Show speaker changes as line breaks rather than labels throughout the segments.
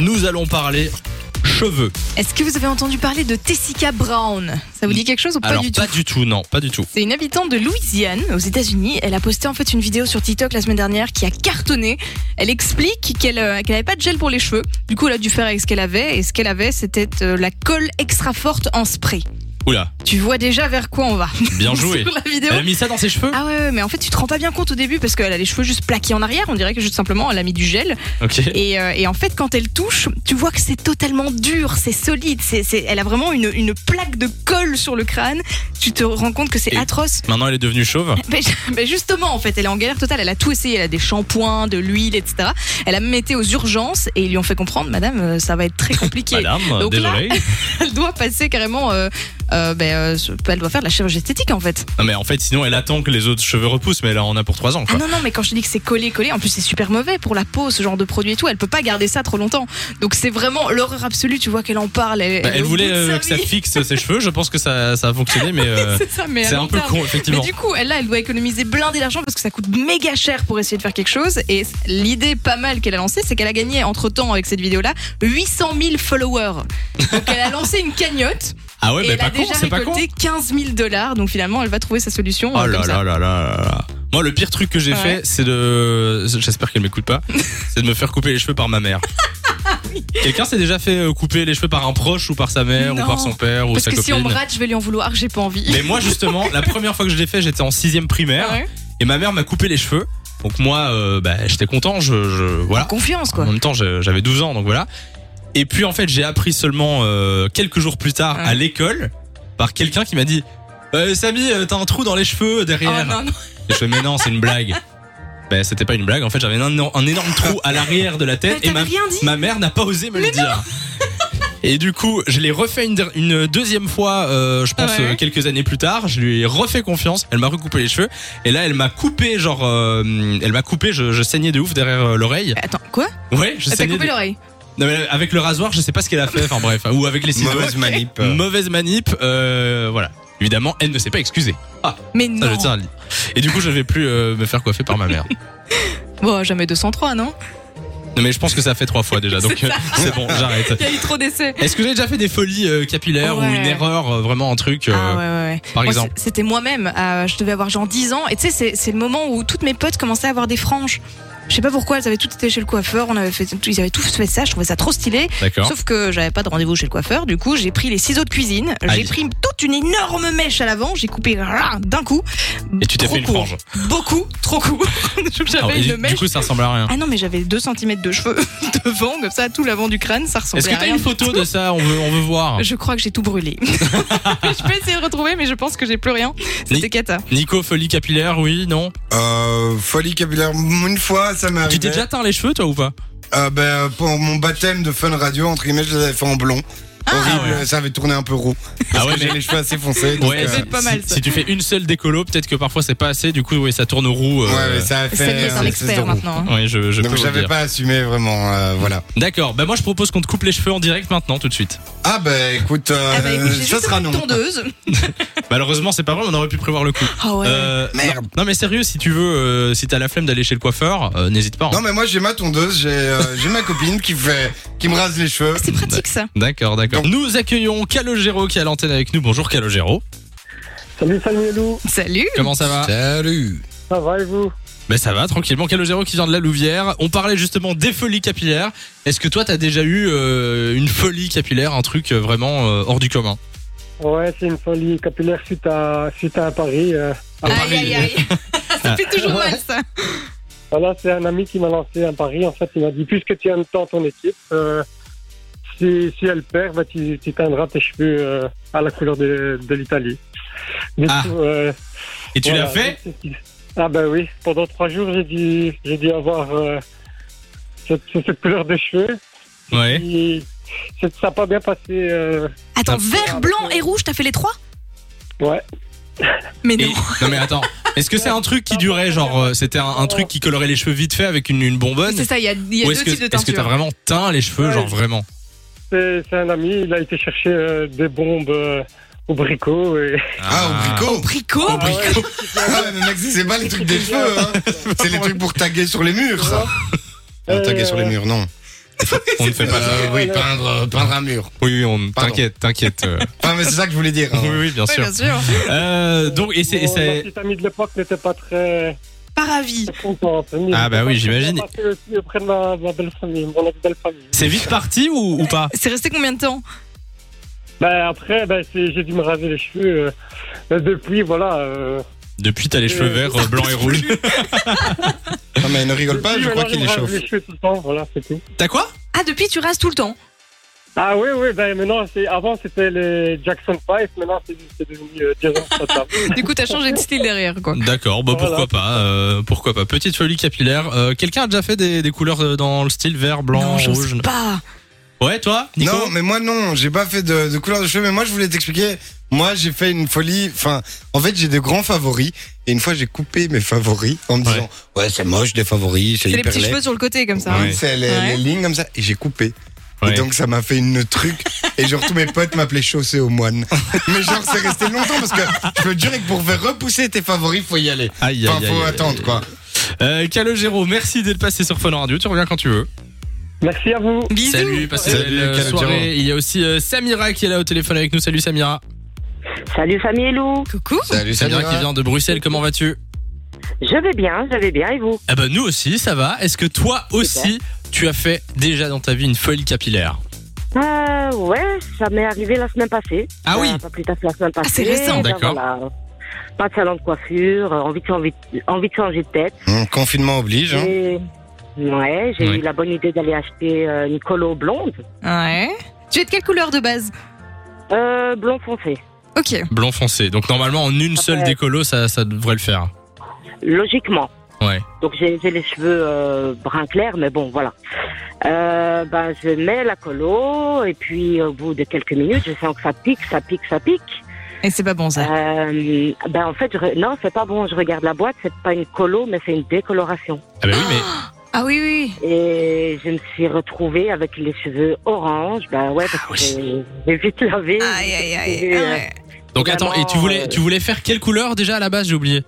Nous allons parler cheveux.
Est-ce que vous avez entendu parler de Tessica Brown Ça vous dit quelque chose ou pas
Alors
du tout
pas du tout, non, pas du tout.
C'est une habitante de Louisiane, aux États-Unis. Elle a posté en fait une vidéo sur TikTok la semaine dernière qui a cartonné. Elle explique qu'elle n'avait pas de gel pour les cheveux. Du coup, elle a dû faire avec ce qu'elle avait. Et ce qu'elle avait, c'était euh, la colle extra forte en spray.
Oula,
Tu vois déjà vers quoi on va.
bien joué.
Sur la vidéo.
Elle a mis ça dans ses cheveux
Ah ouais, ouais, mais en fait, tu te rends pas bien compte au début parce qu'elle a les cheveux juste plaqués en arrière. On dirait que juste simplement, elle a mis du gel.
Ok.
Et, euh, et en fait, quand elle touche, tu vois que c'est totalement dur, c'est solide, c'est, c'est- elle a vraiment une, une plaque de colle sur le crâne. Tu te rends compte que c'est
Et-
atroce.
Maintenant elle est devenue chauve.
Mais, mais justement, en fait, elle est en galère totale. Elle a tout essayé. Elle a des shampoings, de l'huile, etc. Elle a même été aux urgences et ils lui ont fait comprendre, Madame, euh, ça va être très compliqué.
Madame, euh,
Donc là-
désolé.
elle doit passer carrément. euh, euh, ben, euh, elle doit faire de la chirurgie esthétique, en fait.
Non mais en fait sinon elle attend que les autres cheveux repoussent, mais elle en a pour 3 ans
Ah
quoi.
non, non, mais quand je te dis que c'est collé, collé, en plus c'est super mauvais pour la peau, ce genre de produit et tout. Elle peut pas garder ça trop longtemps. Donc c'est vraiment l'horreur absolue, tu vois qu'elle en parle. Elle,
Bah,
elle est
elle
au
voulait
bout de
euh,
sa
que ça
vie.
fixe ses cheveux, je pense que ça, ça a fonctionné, mais euh,
C'est ça, mais à
c'est
long
un peu
terme.
con
Mais
effectivement.
du coup, elle là, elle doit économiser blindé d'argent parce que ça coûte méga cher pour essayer de faire quelque chose. Et l'idée pas mal qu'elle a lancée, c'est qu'elle a gagné entre temps avec cette vidéo-là 800 000 followers. Donc elle a lancé une cagnotte
Ah ouais,
et
mais
elle
pas
a
con,
déjà
c'est pas con.
récolté 15 000 dollars. Donc finalement, elle va trouver sa solution.
Oh
euh,
là
comme ça.
là là là là là. Moi, le pire truc que j'ai
Ouais.
fait, c'est de. J'espère qu'elle m'écoute pas. c'est de me faire couper les cheveux par ma mère. Quelqu'un s'est déjà fait euh, couper les cheveux par un proche ou par sa mère ou
Non.
par son père ou
Parce
sa
que si on
copine.
me rate, je vais lui en vouloir, j'ai pas envie. Ah
Mais moi, justement, la première fois que je l'ai fait, j'étais en sixième primaire
Ouais.
et ma mère m'a coupé les cheveux. Donc moi, euh, bah, j'étais content. Je, je- voilà.
Confiance, quoi.
En même temps, j'ai- j'avais 12 ans, donc voilà. Et puis en fait, j'ai appris seulement euh, quelques jours plus tard
Ouais.
à l'école par quelqu'un qui m'a dit euh, "Samy, euh, t'as un trou dans les cheveux
Oh,
derrière."
non, non.
Et je fais, mais non, c'est une blague. Ben, c'était pas une blague. En fait, j'avais un, éno- un énorme trou à l'arrière de la
Mais
tête et
t'avais
ma,
rien dit.
ma mère n'a pas osé me le dire. Et du coup, je l'ai refait une, der- une deuxième fois, euh, je pense,
Ouais.
euh, quelques années plus tard. Je lui ai refait confiance. Elle m'a recoupé les cheveux. Et là, elle m'a coupé, genre, euh, elle m'a coupé, je, je saignais de ouf derrière euh, l'oreille.
Attends, quoi
Ouais, je
Elle t'a
saignais.
coupé
de-
l'oreille
Non, mais avec le rasoir, je sais pas ce qu'elle a fait. Enfin, bref. Ou avec les ciseaux.
Mauvaise manip.
Mauvaise manip. euh, voilà. Évidemment, elle ne s'est pas excusée. Ah,
Mais
ça,
non.
je tiens à le dire. Et du coup, je vais plus euh, me faire coiffer par ma mère.
Bon, Oh, jamais 203, non
Non mais je pense que ça fait trois fois déjà, donc euh, c'est bon, j'arrête.
Il y a eu trop d'essais.
Est-ce que vous avez déjà fait des folies euh, capillaires ou
Ouais.
une erreur, euh, vraiment un truc, euh,
Ah ouais, ouais, ouais.
par
Moi,
exemple
c- C'était moi-même. euh, je devais avoir genre 10 ans. Et tu sais, c'est- c'est le moment où toutes mes potes commençaient à avoir des franges. Je sais pas pourquoi, elles avaient toutes été chez le coiffeur. On avait fait, ils avaient tous fait ça. Je trouvais ça trop stylé.
D'accord.
Sauf que j'avais pas de rendez-vous chez le coiffeur. Du coup, j'ai pris les ciseaux de cuisine.
Aïe.
J'ai pris toute une énorme mèche à l'avant. J'ai coupé rah, d'un coup.
Et tu t'es
Trop
fait une
court.
frange.
Beaucoup, trop court.
Ah
j'avais
ouais,
une
du,
mèche.
du coup, ça ressemble à rien.
Ah non, mais j'avais 2 cm de cheveux devant, comme ça, tout l'avant du crâne, ça ressemblait
Est-ce que
à
t'as
rien.
une photo de ça On veut, on veut voir.
Je crois que j'ai tout brûlé. je peux essayer de retrouver, mais je pense que j'ai plus rien. C'était
Ni-
cata.
Nico, folie capillaire, oui, non
Euh, folie capillaire. Ah, Une fois, ça m'est
Tu
arrivé.
t'es déjà teint les cheveux, toi, ou pas
Euh, ben, pour mon baptême de Fun Radio, entre guillemets, je les avais fait en blond. Horrible, ça avait tourné un peu roux.
Ah ouais,
J'ai les cheveux assez foncés. donc,
Ouais,
euh,
si-
pas mal,
si,
ça.
si tu fais une seule décolo, peut-être que parfois c'est pas assez, du coup, oui, ça tourne au roux.
ouais,
euh,
mais ça a fait.
Samy est
euh,
un
espèce de
expert
roux.
maintenant. hein.
ouais, je, je peux
Donc
vous le
j'avais
dire.
pas assumé vraiment, euh, voilà.
D'accord, bah moi je propose qu'on te coupe les cheveux en direct maintenant, tout de suite.
Ah ben écoute, euh,
Ah bah écoute, j'ai
ça
juste
sera
une
non.
tondeuse.
Malheureusement, c'est pas vrai, on aurait pu prévoir le coup.
Ah ouais.
Euh,
Merde.
Non, non, mais sérieux, si tu veux, euh, si t'as la flemme d'aller chez le coiffeur, euh, n'hésite pas. hein.
Non mais moi j'ai ma tondeuse, j'ai euh, j'ai ma copine qui fait, qui me rase les cheveux.
C'est pratique ça.
D'accord, d'accord. Nous accueillons Calogero qui est à l'antenne avec nous. Bonjour Calogero.
Salut Samy et Lou,
bah, Salut.
Comment ça va
Salut.
ça va et vous
Ben ça va, tranquillement. Calogero qui vient de la Louvière. On parlait justement des folies capillaires. Est-ce que toi t'as déjà eu euh, une folie capillaire, un truc euh, vraiment euh, hors du commun
Ouais, c'est une folie capillaire suite à, suite à Paris. euh.
Aïe aïe aïe. ça fait toujours mal ça.
Voilà, c'est un ami qui m'a lancé un pari. En fait, il m'a dit puisque tu aimes tant ton équipe, euh, si, si elle perd, bah, tu, tu teindras tes cheveux euh, à la couleur de, de l'Italie. Du
Ah,
coup, euh,
Et tu
voilà,
l'as fait
c'est ce qui- Ah ben oui, pendant trois jours, j'ai dû, j'ai dû avoir euh, cette, cette couleur de cheveux.
Ouais.
Et ça n'a pas bien passé. euh,
Attends, vert, blanc et rouge, t'as fait les trois
ouais.
Mais
Et-
non.
non mais attends. Est-ce que c'est un truc qui durait genre euh, c'était un, un truc qui colorait les cheveux vite fait avec une, une bonbonne
C'est ça, il y a, il y a
Ou
deux
est-ce que
types de
est-ce que t'as
teinture.
vraiment teint les cheveux
Ouais.
genre vraiment
C'est c'est un ami, il a été chercher euh, des bombes euh, au bricot. Et...
Ah, au bricot.
Bricot
Au bricot.
Ah ouais, mais mec, c'est pas les hein. trucs des cheveux, hein. C'est les trucs pour taguer sur les murs, ça.
Euh,
Non, taguer sur les murs, non.
On ne fait pas ça.
Euh, oui, peindre, euh, peindre un mur.
Oui, oui, on
Pardon.
t'inquiète, t'inquiète. euh.
Enfin, mais c'est ça que je voulais dire. hein.
Oui, oui, bien
Oui,
sûr.
bien sûr. bah.
Euh, donc, et c'est, et
Mon- Ma
c'est-
petite amie de l'époque n'était pas très
Par avis.
très hein. contente. ni-
Ah, bah oui, j'imagine.
Elle est passée aussi auprès de ma, ma belle famille, mon ex-belle famille.
c'est vite parti ou, ou pas
C'est resté combien de temps
Ben après, ben, c'est- j'ai dû me raser les cheveux. euh, ben, depuis, voilà. euh,
Depuis, t'as les cheveux
Euh,
verts, euh, blancs et rouges.
Non, mais ne rigole pas,
depuis,
je crois
maintenant,
qu'il
me rase
échauffe.
les cheveux tout le temps, voilà, c'est tout.
T'as quoi
Ah, depuis, tu rases tout le temps.
Ah oui, oui, ben maintenant, c'est- avant c'était les Jackson 5, maintenant c'est c'est devenu euh, Jason Statham.
Du coup, t'as changé de style derrière, quoi.
D'accord, bah
Voilà.
pourquoi pas, euh, pourquoi pas. Petite folie capillaire. Euh, Quelqu'un a déjà fait des, des couleurs euh, dans le style vert, blanc,
non, je
rouge
sais pas.
Ouais, toi, Nico
non, mais moi non, j'ai pas fait de, de couleur de cheveux, mais moi je voulais t'expliquer. Moi j'ai fait une folie. Enfin, en fait j'ai de grands favoris. Et une fois j'ai coupé mes favoris en me
Ouais.
disant Ouais, c'est moche des favoris, c'est
C'est les
hyper
petits
laid.
cheveux sur le côté, comme ça. hein.
Oui,
Ouais.
C'est les,
Ouais.
les lignes comme ça. Et j'ai coupé.
Ouais.
Et donc ça m'a fait une truc. Et genre tous mes potes m'appelaient chaussée au moine. Mais genre c'est resté longtemps parce que je veux dire que pour faire repousser tes favoris, faut y aller.
Aïe,
Enfin,
aïe, aïe,
faut
aïe,
attendre
aïe.
quoi.
Euh, Calogero, merci d'être passé sur Fun Radio. Tu reviens quand tu veux.
Merci à vous.
Bisous.
Salut, passez
Salut,
une belle euh,
Calogero.
soirée. Il y a aussi euh, Samira qui est là au téléphone avec nous. Salut Samira.
Salut famille Lou,
Coucou.
Salut,
Samira
Samira.
qui vient de Bruxelles. Comment vas-tu
je vais bien, je vais bien et vous
Eh ben nous aussi, ça va. Est-ce que toi aussi, tu as fait déjà dans ta vie une folie capillaire
euh, Ouais, ça m'est arrivé la semaine passée.
Ah oui. Ah,
Euh, Pas plus tard que la semaine passée.
c'est récent.
Ben
D'accord.
voilà. Pas de salon de coiffure, euh, envie de, envie, de- envie de changer de tête.
Hum, confinement oblige. hein.
Et- Ouais, j'ai
Ouais.
eu la bonne idée d'aller acheter euh, une colo blonde,
Ouais. Tu es de quelle couleur de base
euh, blond foncé.
Ok.
Blanc foncé. Donc normalement, en une seule
Ah Ouais.
décolo, ça, ça devrait le faire.
Logiquement.
Ouais.
Donc j'ai j'ai les cheveux euh, brun clair, mais bon, voilà. Euh, ben, je mets la colo et puis au bout de quelques minutes, je sens que ça pique, ça pique, ça pique.
Et c'est pas bon, ça.
Euh, ben en fait, je re- non, c'est pas bon. Je regarde la boîte, c'est pas une colo, mais c'est une décoloration.
Ah ben oui, mais
Ah oui, oui.
Et je me suis retrouvée avec les cheveux orange. Ben ouais, parce que j'ai- j'ai vite lavé.
Ah Aïe, aïe, aïe. Ah
Et, euh,
Ouais.
Donc attends, et tu voulais,
Vraiment, euh,
tu voulais faire quelle couleur déjà à la base J'ai oublié.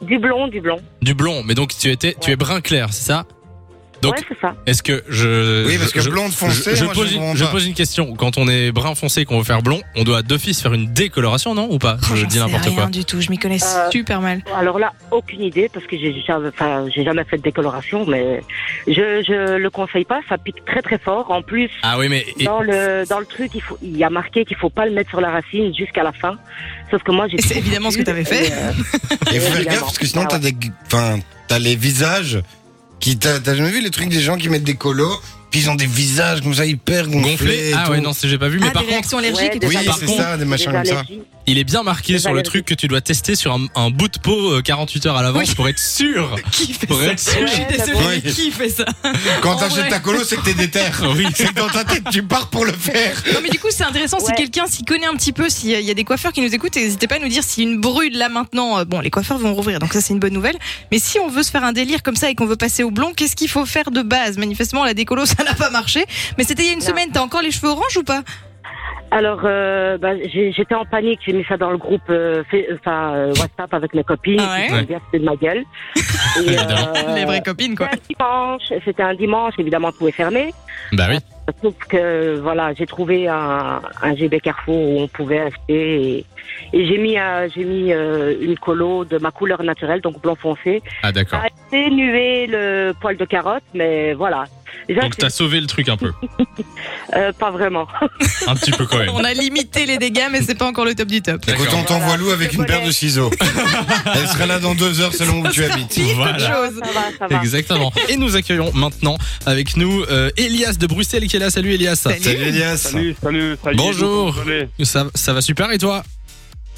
Du blond, du blond.
Du blond, mais donc tu étais, tu es brun clair, c'est ça Donc
ouais, c'est ça.
est-ce que je
Oui, parce que
Euh, je-
blonde
je,
foncée,
je
moi,
pose,
je
une,
comprends
je
pas.
pose une question. Quand on est brun foncé et qu'on veut faire blond, on doit d'office faire une décoloration, non Ou pas
Oh,
Je
j'en
dis
sais
n'importe
rien
quoi.
du tout. Je m'y connais
Euh,
super mal.
Alors là, aucune idée parce que j'ai jamais, enfin, j'ai jamais fait de décoloration, mais je, je le conseille pas. Ça pique très très fort. En plus,
Ah oui, mais et-
dans le dans le truc, il faut, il y a marqué qu'il faut pas le mettre sur la racine jusqu'à la fin. Sauf que moi, j'ai.
Et c'est évidemment ce que t'avais fait.
Et, euh,
Et faut faire
Évidemment.
gaffe parce que sinon
Ah
t'as des, enfin t'as les visages qui t'as t'as jamais vu les trucs des gens qui mettent des colos puis ils ont des visages comme ça hyper gonflés.
gonflé.
et
Ah
tout.
ouais, non, c'est- j'ai pas vu. Mais
ah,
par
des
contre,
réactions allergiques
Ouais,
et tout
Oui,
ça.
des- par
c'est
contre,
ça, des
des
machins comme ça.
allergies.
il est bien marqué
Des
sur le
allergies.
truc que tu dois tester sur un, un bout de peau euh, 48 heures à l'avance
Oui.
pour être sûr.
Qui fait
Pour
ça
être sûr.
Je suis
Ouais.
désolée, mais qui fait ça
Quand
En
t'achètes
vrai.
ta colo, c'est que t'es déterre.
Oui.
C'est que dans ta tête, tu pars pour le faire.
Non mais du coup c'est intéressant si
Ouais.
quelqu'un s'y connaît un petit peu, s'il y a- il y a des coiffeurs qui nous écoutent, n'hésitez pas à nous dire si une brûle là maintenant, euh, bon les coiffeurs vont rouvrir donc ça c'est une bonne nouvelle, mais si on veut se faire un délire comme ça et qu'on veut passer au blond, qu'est-ce qu'il faut faire de base Manifestement la décolo ça n'a pas marché, mais c'était il y a une
Non.
semaine, t'as encore les cheveux oranges ou pas
Alors, euh, bah, j'ai- j'étais en panique, j'ai mis ça dans le groupe euh, fait- enfin, euh, WhatsApp avec mes copines.
Ah ouais
qui sont bien foutues de ma gueule. Et, euh,
Les vraies copines quoi.
c'était un dimanche, c'était un dimanche, évidemment tout est fermé.
Bah oui.
Sauf que voilà, j'ai trouvé un, un GB Carrefour où on pouvait acheter et, et j'ai mis, un- j'ai mis euh, une colo de ma couleur naturelle, donc blanc foncé.
Ah d'accord.
Ténué le poil de carotte, mais voilà. J'ai
Donc t'as
acheté-
sauvé le truc un peu,
euh, pas vraiment.
un petit peu quand même.
On a limité les dégâts mais c'est pas encore le top du top.
D'accord.
Écoute, on t'envoie
Voilà.
Lou avec une paire de ciseaux. Elle sera là dans deux heures selon où tu habites.
Voilà.
Chose.
Ça va, ça va.
Exactement. Et nous accueillons maintenant avec nous euh, Elias de Bruxelles qui est là. Salut Elias.
Salut.
Salut Elias.
Salut, salut, salut.
Bonjour.
Désolé.
Ça, ça va super et toi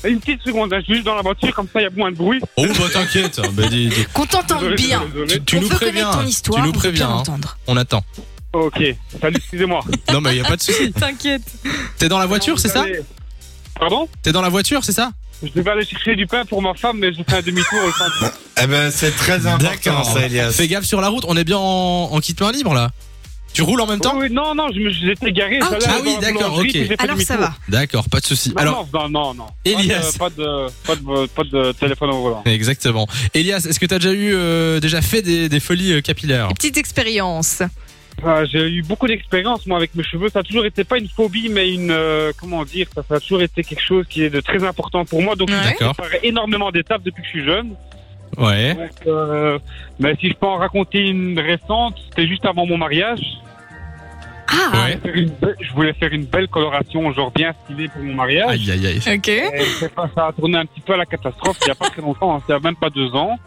Une petite seconde, hein, je suis juste dans la voiture, comme ça il y a moins de bruit.
Oh bah t'inquiète. bah, dis- dis-
Qu'on t'entende
Désolé,
bien.
tu
désolé, désolé.
tu
On
nous
veut
préviens.
connaître ton histoire,
tu nous
on veut bien
préviens. hein.
l'entendre.
On attend.
Ok, salut, excusez-moi.
Non mais y a pas de souci.
T'inquiète.
T'es dans la voiture, c'est ça
Allez. Pardon
T'es dans la voiture, c'est ça
Je devais aller chercher du pain pour ma femme, mais j'ai fait un demi-tour. au centre.
Eh ben c'est très important
D'accord.
ça Elias.
Fais gaffe sur la route. On est bien en, en kit main libre là. Tu roules en même temps
Oui, oui, non, non, je me- j'étais garé.
Ah,
j'allais
ok.
dans
Ah oui,
la
d'accord,
boulangerie,
ok.
puis j'ai fait
Alors ça
demi-tour.
va.
D'accord, pas de souci.
Bah,
Non,
Alors
non, non, non, non.
Elias.
Pas de, pas, de, pas, de, pas de téléphone au volant.
exactement. Elias, est-ce que t'as déjà eu euh, déjà fait des, des folies euh, capillaires
Petite expérience.
Enfin, Ah, j'ai eu beaucoup d'expérience, moi, avec mes cheveux. Ça a toujours été pas une phobie, mais une. euh, comment dire ça, ça a toujours été quelque chose qui est de très important pour moi. Donc,
Ouais.
je
D'accord.
parais énormément d'étapes depuis que je suis jeune.
Ouais.
Donc, euh, mais si je peux en raconter une récente, c'était juste avant mon mariage.
Ah,
Ouais.
Faire une be- Je voulais faire une belle coloration, genre bien stylée pour mon mariage.
Aïe, aïe, aïe.
ok. Ouais.
Et c'est pas- ça a tourné un petit peu à la catastrophe il y a pas très longtemps, hein, il y a même pas deux ans.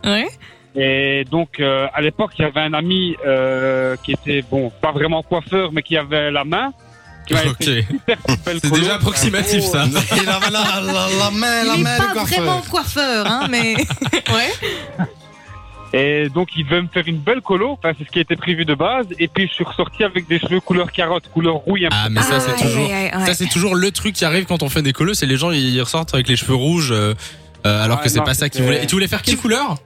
Et donc, euh, à l'époque, il y avait un ami euh, qui était, bon, pas vraiment coiffeur, mais qui avait la main. Qui m'avait
Ok.
fait une belle
C'est
colo.
déjà approximatif,
Oh,
ça.
Il a la, la, la main, la
Il est
main,
pas
le coiffeur.
vraiment coiffeur, hein, mais. ouais.
Et donc, il veut me faire une belle colo. Enfin, c'est ce qui était prévu de base. Et puis, je suis ressorti avec des cheveux couleur carotte, couleur rouille. un
Ah, mais ça, c'est
Ah,
toujours.
ouais, ouais, ouais.
Ça, c'est toujours le truc qui arrive quand on fait des colos, c'est les gens, ils ressortent avec les cheveux rouges, euh, euh, alors que
Ouais,
c'est
non,
pas ça qu'ils
c'était-
voulaient. Et tu voulais faire quelle couleur
peu.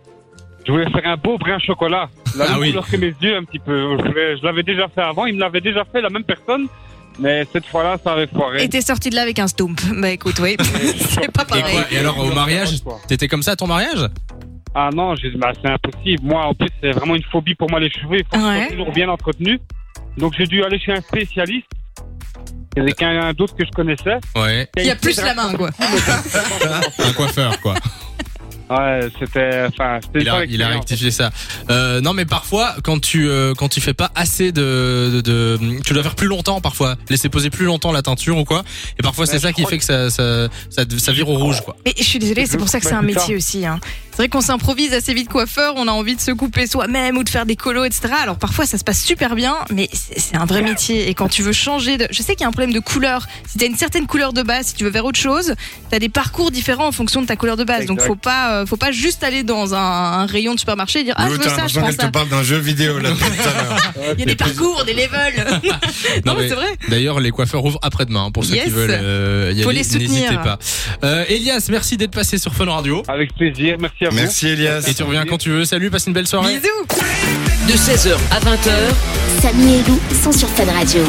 Je voulais faire un beau brun chocolat. La
Ah
même
oui.
couleur que mes yeux, un petit peu. Je, voulais- je l'avais déjà fait avant. Il me l'avait déjà fait, la même personne. Mais cette fois-là, ça avait foiré.
Et t'es sorti de là avec un stomp. Bah écoute, oui. c'est pas
Et
pareil.
quoi Ah Et alors, au mariage,
Quoi.
t'étais comme ça à ton mariage
Ah non, j'ai- bah, c'est impossible. Moi, en plus, c'est vraiment une phobie pour moi, les cheveux. Il faut qu'ils
Ouais.
soient toujours bien entretenus. Donc, j'ai dû aller chez un spécialiste. Il y avait quelqu'un d'autre que je connaissais.
Ouais.
Il y a plus la main, quoi.
Un coiffeur, quoi.
Ouais, c'était. Enfin, c'était une
Il a,
sale
il a
expérience.
rectifié ça. Euh, non, mais parfois, quand tu euh, quand tu fais pas assez de, de, de- tu dois faire plus longtemps parfois, laisser poser plus longtemps la teinture ou quoi. Et parfois, c'est
Mais
ça
je
qui
crois
fait que ça ça ça, ça vire au rouge, quoi.
Mais je suis désolée, c'est pour ça que c'est un
Bah, c'est ça.
métier aussi. hein. C'est vrai qu'on s'improvise assez vite coiffeur, on a envie de se couper soi-même ou de faire des colos, etc. Alors parfois ça se passe super bien, mais c'est c'est un vrai métier. Et quand tu veux changer de. Je sais qu'il y a un problème de couleur. Si t'as une certaine couleur de base, si tu veux vers autre chose, t'as des parcours différents en fonction de ta couleur de base. Donc
Exact.
faut pas, euh, faut pas juste aller dans un, un rayon de supermarché et dire Ah,
Lou,
je veux
t'as
ça, je
l'impression
prends
qu'elle te
ça.
parle d'un jeu vidéo là depuis tout à l'heure.
Il y a des parcours, des levels. non,
Non,
mais
mais-
c'est vrai.
D'ailleurs, les coiffeurs ouvrent après-demain hein, pour ceux qui
Yes.
veulent euh, y
Faut
aller.
les soutenir.
N'hésitez pas. Euh, Elias, merci d'être passé sur Fun Radio.
Avec plaisir. Merci à vous.
Merci Elias.
Et tu reviens quand tu veux. Salut, passe une belle soirée.
Bisous.
De 16h à 20h,
Samy et Lou sont sur Fun Radio.